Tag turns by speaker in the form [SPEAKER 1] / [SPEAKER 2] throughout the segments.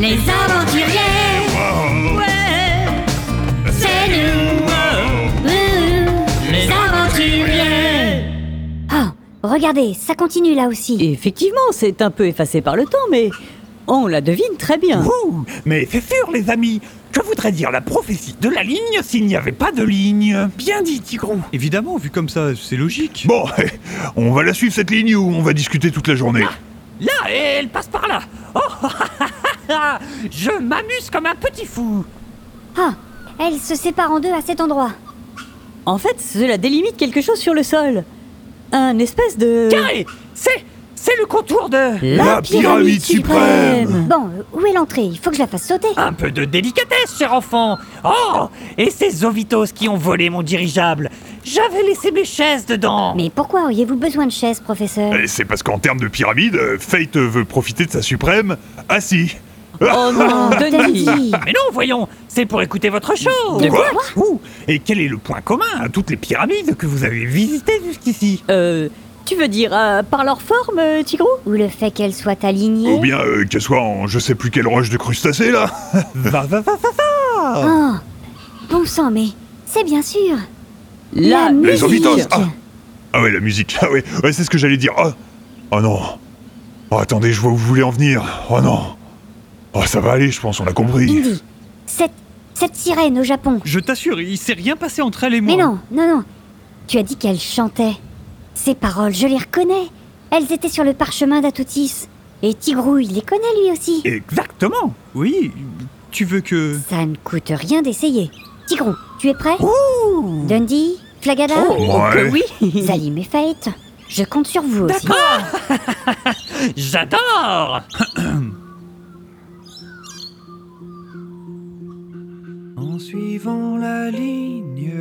[SPEAKER 1] Les aventuriers, ouais, c'est nous, Ouh, les aventuriers.
[SPEAKER 2] Ah, regardez, ça continue là aussi.
[SPEAKER 3] Et Effectivement, c'est un peu effacé par le temps, mais on la devine très bien.
[SPEAKER 4] Ouh, mais c'est sûr, les amis. Que voudrait dire la prophétie de la ligne s'il n'y avait pas de ligne Bien dit, Tigron.
[SPEAKER 5] Évidemment, vu comme ça, c'est logique.
[SPEAKER 6] Bon, on va la suivre cette ligne ou on va discuter toute la journée
[SPEAKER 4] Là, elle passe par là. Oh, je m'amuse comme un petit fou.
[SPEAKER 2] Ah, elle se sépare en deux à cet endroit.
[SPEAKER 3] En fait, cela délimite quelque chose sur le sol. Un espèce de...
[SPEAKER 4] Carré, c'est, c'est le contour de...
[SPEAKER 6] La pyramide suprême.
[SPEAKER 2] Bon, euh, où est l'entrée Il faut que je la fasse sauter.
[SPEAKER 4] Un peu de délicatesse, cher enfant. Oh, et ces ovitos qui ont volé mon dirigeable. J'avais laissé mes chaises dedans.
[SPEAKER 2] Mais pourquoi auriez-vous besoin de chaise, professeur
[SPEAKER 6] Et c'est parce qu'en termes de pyramide, euh, Fate veut profiter de sa suprême assis.
[SPEAKER 3] Oh non, Denis
[SPEAKER 2] Ah, Denis
[SPEAKER 5] Ah,
[SPEAKER 4] Mais non, voyons, c'est pour écouter votre show.
[SPEAKER 3] De quoi
[SPEAKER 4] Ouh,
[SPEAKER 5] Et quel est le point commun à toutes les pyramides que vous avez visitées jusqu'ici
[SPEAKER 3] Euh, tu veux dire euh, par leur forme, euh, Tigrou
[SPEAKER 2] Ou le fait qu'elle soit alignée
[SPEAKER 6] Ou bien euh, qu'elle soit en je sais plus quelle roche de crustacé là
[SPEAKER 5] Va, va, va, va, va
[SPEAKER 2] Oh, bon sang, mais c'est bien sûr.
[SPEAKER 3] La
[SPEAKER 2] musique.
[SPEAKER 6] Les orbitos ah. ah ouais, la musique, ah ouais, ouais c'est ce que j'allais dire. Oh, oh non Oh, Attendez, je vois où vous voulez en venir. Oh non Oh, ça va aller, je pense, on a compris.
[SPEAKER 2] Indy, cette, cette sirène au Japon.
[SPEAKER 5] Je t'assure, il s'est rien passé entre elle et moi.
[SPEAKER 2] Mais non, non, non. Tu as dit qu'elle chantait. Ces paroles, je les reconnais. Elles étaient sur le parchemin d'Atoutis. Et Tigrou, il les connaît lui aussi.
[SPEAKER 5] Exactement Oui, tu veux que...
[SPEAKER 2] Ça ne coûte rien d'essayer. Tigrou, tu es prêt Dundee, Flagada,
[SPEAKER 6] Ouais.
[SPEAKER 3] Oh, euh, oui
[SPEAKER 2] Zalim et Fate, je compte sur vous aussi.
[SPEAKER 4] j'adore.
[SPEAKER 7] En suivant la ligne,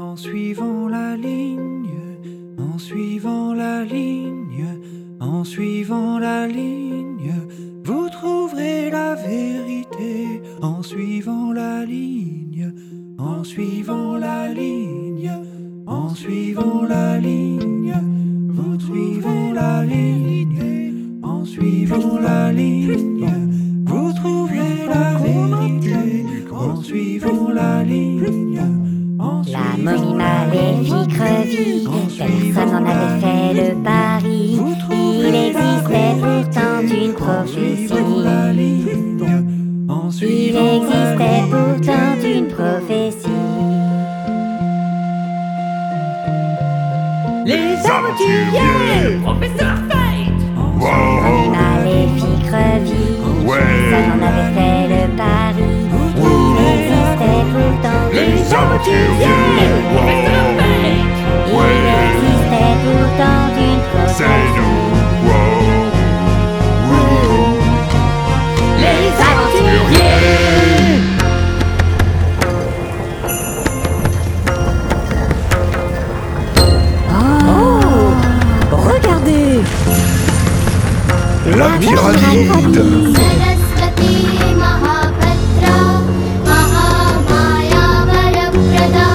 [SPEAKER 7] en suivant la ligne, en suivant la ligne, en suivant la ligne, vous trouverez la vérité. En suivant la ligne, en suivant la ligne, en suivant la ligne, vous suivez la ligne, en suivant la ligne, vous trouverez la vérité. En suivant la ligne, en
[SPEAKER 2] La
[SPEAKER 7] suivant
[SPEAKER 2] momie maléfique revit, personne n'en avait fait le pari. Il existait pourtant une prophétie.
[SPEAKER 7] ligne, en
[SPEAKER 2] Il
[SPEAKER 7] suivant la
[SPEAKER 2] existait
[SPEAKER 7] ligne.
[SPEAKER 2] pourtant une prophétie.
[SPEAKER 3] Les
[SPEAKER 6] aventuriers
[SPEAKER 1] Professeur Fate,
[SPEAKER 6] Wow oh,
[SPEAKER 2] Maléfique revit, personne
[SPEAKER 6] Ouais
[SPEAKER 2] n'en avait fait le pari. Il existait pourtant
[SPEAKER 6] Les aventuriers
[SPEAKER 1] Professeur
[SPEAKER 6] Wow
[SPEAKER 1] Fate,
[SPEAKER 2] Il existait pourtant une
[SPEAKER 6] C'est
[SPEAKER 2] prophétie.
[SPEAKER 6] nous Wow Wow
[SPEAKER 1] les aventuriers.
[SPEAKER 3] Regardez
[SPEAKER 6] La pyramide
[SPEAKER 8] सरस्वती महाभद्रा महामायावरप्रदा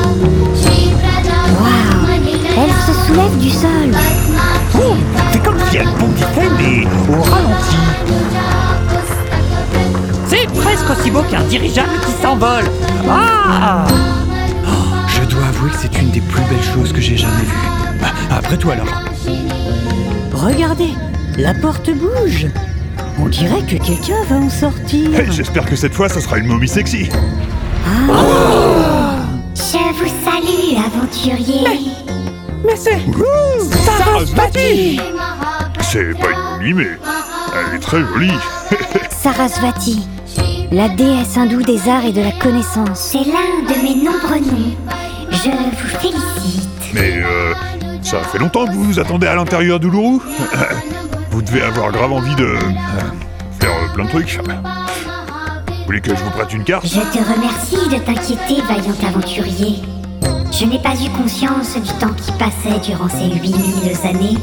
[SPEAKER 8] श्रीप्रदा
[SPEAKER 2] Elle
[SPEAKER 8] महिलया
[SPEAKER 2] se soulève du sol.
[SPEAKER 8] पद्माक्षी
[SPEAKER 4] C'est comme si elle bondissait, mais au ralenti.
[SPEAKER 8] तनुजा पुस्तकवृत्ता
[SPEAKER 4] C'est presque aussi beau qu'un dirigeable qui s'envole. Ah
[SPEAKER 5] Je dois avouer que c'est une des plus belles choses que j'ai jamais vues. Ah, Après toi, alors.
[SPEAKER 3] Regardez La porte bouge On dirait que quelqu'un va en sortir
[SPEAKER 6] Hey, Eh, J'espère que cette fois, ça sera une momie sexy
[SPEAKER 2] Je vous salue, aventurier.
[SPEAKER 6] C'est pas une momie, mais elle est très jolie
[SPEAKER 2] Sarasvati, la déesse hindoue des arts et de la connaissance. C'est l'un de mes nombreux noms. Je vous félicite.
[SPEAKER 6] Mais euh, ça fait longtemps que vous vous attendez à l'intérieur d'Uluru Vous devez avoir grave envie de... euh, faire euh, plein de trucs Vous voulez que je vous prête une carte
[SPEAKER 2] Je te remercie de t'inquiéter, vaillant aventurier. Je n'ai pas eu conscience du temps qui passait durant ces 8000 années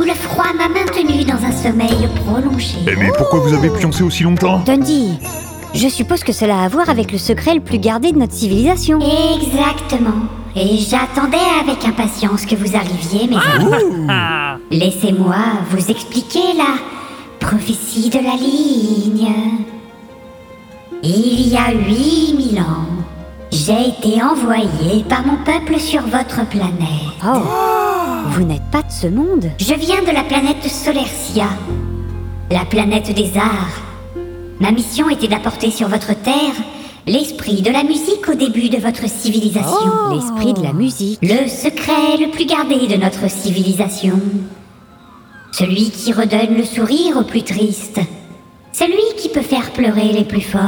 [SPEAKER 2] où le froid m'a maintenu dans un sommeil prolongé.
[SPEAKER 6] Eh mais pourquoi vous avez pioncé aussi longtemps
[SPEAKER 2] Dundee, je suppose que cela a à voir avec le secret le plus gardé de notre civilisation. Exactement. Et j'attendais avec impatience que vous arriviez, mes amis.
[SPEAKER 4] Ah
[SPEAKER 2] Laissez-moi vous expliquer la prophétie de la ligne.
[SPEAKER 9] Il y a 8000 ans, j'ai été envoyé par mon peuple sur votre planète.
[SPEAKER 3] Oh Vous n'êtes pas de ce monde
[SPEAKER 9] Je viens de la planète Solercia, la planète des arts. Ma mission était d'apporter sur votre Terre l'esprit de la musique au début de votre civilisation.
[SPEAKER 3] Oh. L'esprit de la musique.
[SPEAKER 9] Le secret le plus gardé de notre civilisation. Celui qui redonne le sourire aux plus tristes. Celui qui peut faire pleurer les plus forts.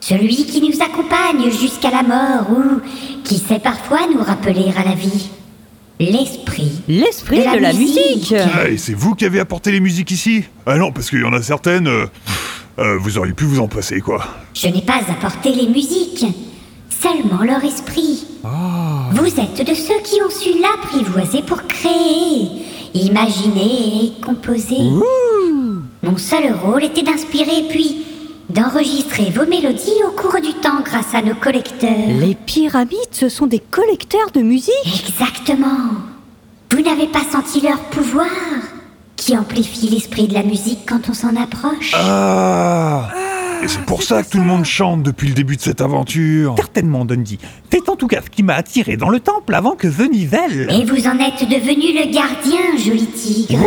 [SPEAKER 9] Celui qui nous accompagne jusqu'à la mort ou qui sait parfois nous rappeler à la vie. L'esprit.
[SPEAKER 3] L'esprit
[SPEAKER 9] De la
[SPEAKER 3] de la
[SPEAKER 9] musique.
[SPEAKER 3] musique
[SPEAKER 6] Ah, et c'est vous qui avez apporté les musiques ici Ah non, parce qu'il y en a certaines... euh, euh, vous auriez pu vous en passer, quoi.
[SPEAKER 9] Je n'ai pas apporté les musiques, seulement leur esprit. Vous êtes de ceux qui ont su l'apprivoiser pour créer, imaginer et composer. Mon seul rôle était d'inspirer puis d'enregistrer vos mélodies au cours du temps grâce à nos collecteurs.
[SPEAKER 3] Les pyramides, ce sont des collecteurs de musique
[SPEAKER 9] Exactement. Vous n'avez pas senti leur pouvoir qui amplifie l'esprit de la musique quand on s'en approche
[SPEAKER 6] Ah Et c'est pour ça que tout le monde chante depuis le début de cette aventure.
[SPEAKER 7] Certainement, Dundee. C'est en tout cas ce qui m'a attiré dans le temple avant que The Nivelle.
[SPEAKER 9] Et vous en êtes devenu le gardien, joli tigre.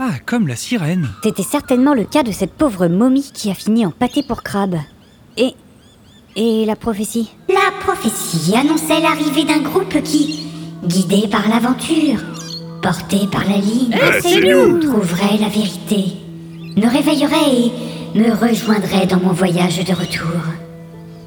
[SPEAKER 10] Ah, comme la sirène.
[SPEAKER 3] C'était certainement le cas de cette pauvre momie qui a fini en pâté pour crabe. Et... Et la prophétie
[SPEAKER 9] La prophétie annonçait l'arrivée d'un groupe qui, guidé par l'aventure, porté par la ligne,
[SPEAKER 6] Eh, c'est nous
[SPEAKER 9] trouverait la vérité, me réveillerait et me rejoindrait dans mon voyage de retour.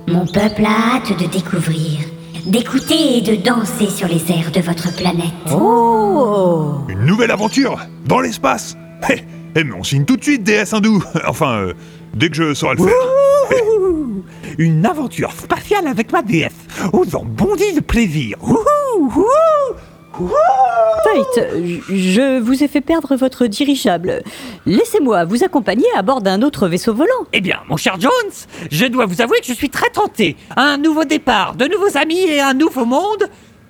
[SPEAKER 9] Mon peuple a hâte de découvrir, d'écouter et de danser sur les airs de votre planète.
[SPEAKER 3] Oh
[SPEAKER 6] Une nouvelle aventure Dans l'espace Eh, eh, mais on signe tout de suite, déesse hindoue Enfin, euh, dès que je saurai le faire.
[SPEAKER 7] Ouh, Une aventure spatiale avec ma déesse. Aux en bondit de plaisir. Ouh, ouh, ouh.
[SPEAKER 3] je vous ai fait perdre votre dirigeable. Laissez-moi vous accompagner à bord d'un autre vaisseau volant.
[SPEAKER 7] Eh bien, mon cher Jones, je dois vous avouer que je suis très tenté. Un nouveau départ, de nouveaux amis et un nouveau monde.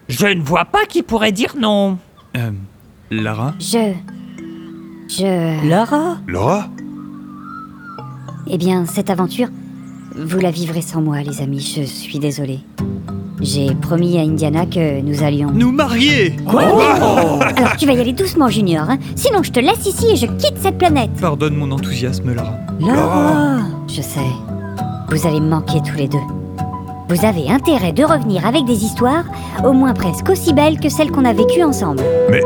[SPEAKER 7] Je ne vois pas qui pourrait dire non.
[SPEAKER 10] Euh, Lara
[SPEAKER 9] Je. Je.
[SPEAKER 3] Lara
[SPEAKER 6] Laura
[SPEAKER 9] Eh bien, cette aventure, vous la vivrez sans moi, les amis, je suis désolée. J'ai promis à Indiana que nous allions.
[SPEAKER 10] Nous marier
[SPEAKER 9] Alors tu vas y aller doucement, Junior, hein. sinon je te laisse ici et je quitte cette planète.
[SPEAKER 10] Pardonne mon enthousiasme, Lara.
[SPEAKER 3] Lara
[SPEAKER 9] Je sais, vous allez me manquer tous les deux. Vous avez intérêt de revenir avec des histoires au moins presque aussi belles que celles qu'on a vécues ensemble.
[SPEAKER 6] Mais...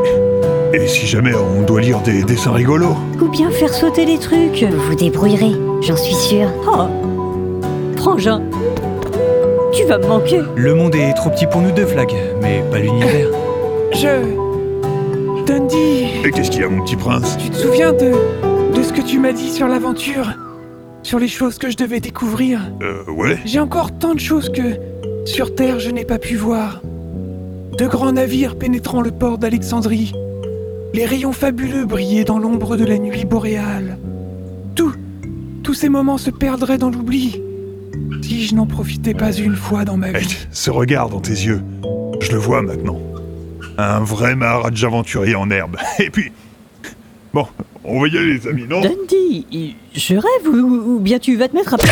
[SPEAKER 6] Et si jamais on doit lire des dessins rigolos
[SPEAKER 3] Ou bien faire sauter les trucs
[SPEAKER 9] Vous vous débrouillerez, j'en suis sûre.
[SPEAKER 3] Oh Frangin Tu vas me manquer
[SPEAKER 10] Le monde est trop petit pour nous deux, Flag, mais pas l'univers.
[SPEAKER 11] Je. Dundee,
[SPEAKER 6] Et qu'est-ce qu'il y a, mon petit prince
[SPEAKER 11] tu te souviens de. de ce que tu m'as dit sur l'aventure Sur les choses que je devais découvrir
[SPEAKER 6] Euh, ouais
[SPEAKER 11] J'ai encore tant de choses que. sur Terre, je n'ai pas pu voir. De grands navires pénétrant le port d'Alexandrie. Les rayons fabuleux brillaient dans l'ombre de la nuit boréale. Tout. tous ces moments se perdraient dans l'oubli. Si je n'en profitais pas une fois dans ma
[SPEAKER 6] Eh,
[SPEAKER 11] vie.
[SPEAKER 6] ce regard dans tes yeux, je le vois maintenant. Un vrai Maharaj aventurier en herbe. Et puis... Bon, on va y aller, les amis, non
[SPEAKER 3] Dundee, je rêve ou, ou bien tu vas te mettre à plat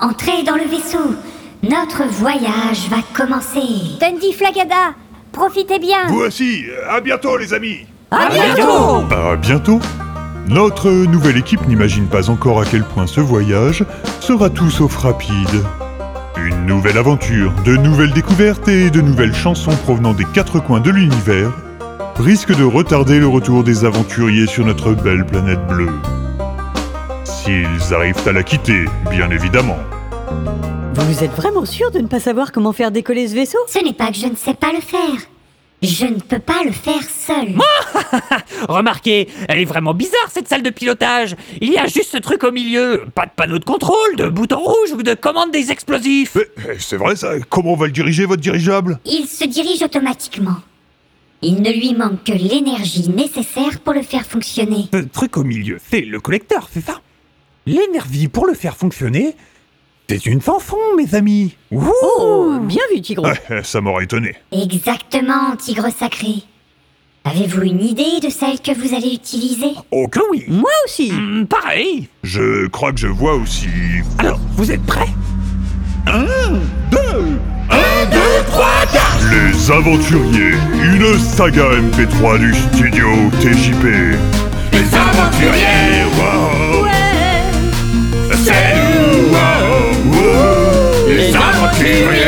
[SPEAKER 9] Entrez dans le vaisseau, notre voyage va commencer.
[SPEAKER 3] Dundee Flagada Profitez bien
[SPEAKER 6] Vous aussi, euh, à bientôt, les amis
[SPEAKER 3] À bientôt
[SPEAKER 6] À Bah, bientôt Notre nouvelle équipe n'imagine pas encore à quel point ce voyage sera tout sauf rapide. Une nouvelle aventure, de nouvelles découvertes et de nouvelles chansons provenant des quatre coins de l'univers risquent de retarder le retour des aventuriers sur notre belle planète bleue. S'ils arrivent à la quitter, bien évidemment.
[SPEAKER 3] Vous êtes vraiment sûr de ne pas savoir comment faire décoller ce vaisseau
[SPEAKER 9] Ce n'est pas que je ne sais pas le faire, je ne peux pas le faire seul.
[SPEAKER 7] Remarquez, elle est vraiment bizarre cette salle de pilotage. Il y a juste ce truc au milieu. Pas de panneau de contrôle, de bouton rouge ou de commande des explosifs.
[SPEAKER 6] Mais eh, c'est vrai ça, comment on va le diriger, votre dirigeable
[SPEAKER 9] Il se dirige automatiquement. Il ne lui manque que l'énergie nécessaire pour le faire fonctionner.
[SPEAKER 7] Ce euh, truc au milieu, c'est le collecteur, c'est ça L'énergie pour le faire fonctionner, c'est une fanfon, mes amis. Ouh
[SPEAKER 3] Oh Bien vu, Tigron
[SPEAKER 6] Eh, Ça m'aurait étonné.
[SPEAKER 9] Exactement, tigre sacré. Avez-vous une idée de celle que vous allez utiliser
[SPEAKER 7] Oh que oui
[SPEAKER 3] Moi aussi
[SPEAKER 7] Hmm, Pareil
[SPEAKER 6] Je crois que je vois aussi.
[SPEAKER 7] Alors, vous êtes prêts
[SPEAKER 6] Les Aventuriers, une saga MP3 du studio TJP. Les Aventuriers, wow,
[SPEAKER 2] ouais.
[SPEAKER 6] c'est nous, wow, wow. Les Aventuriers.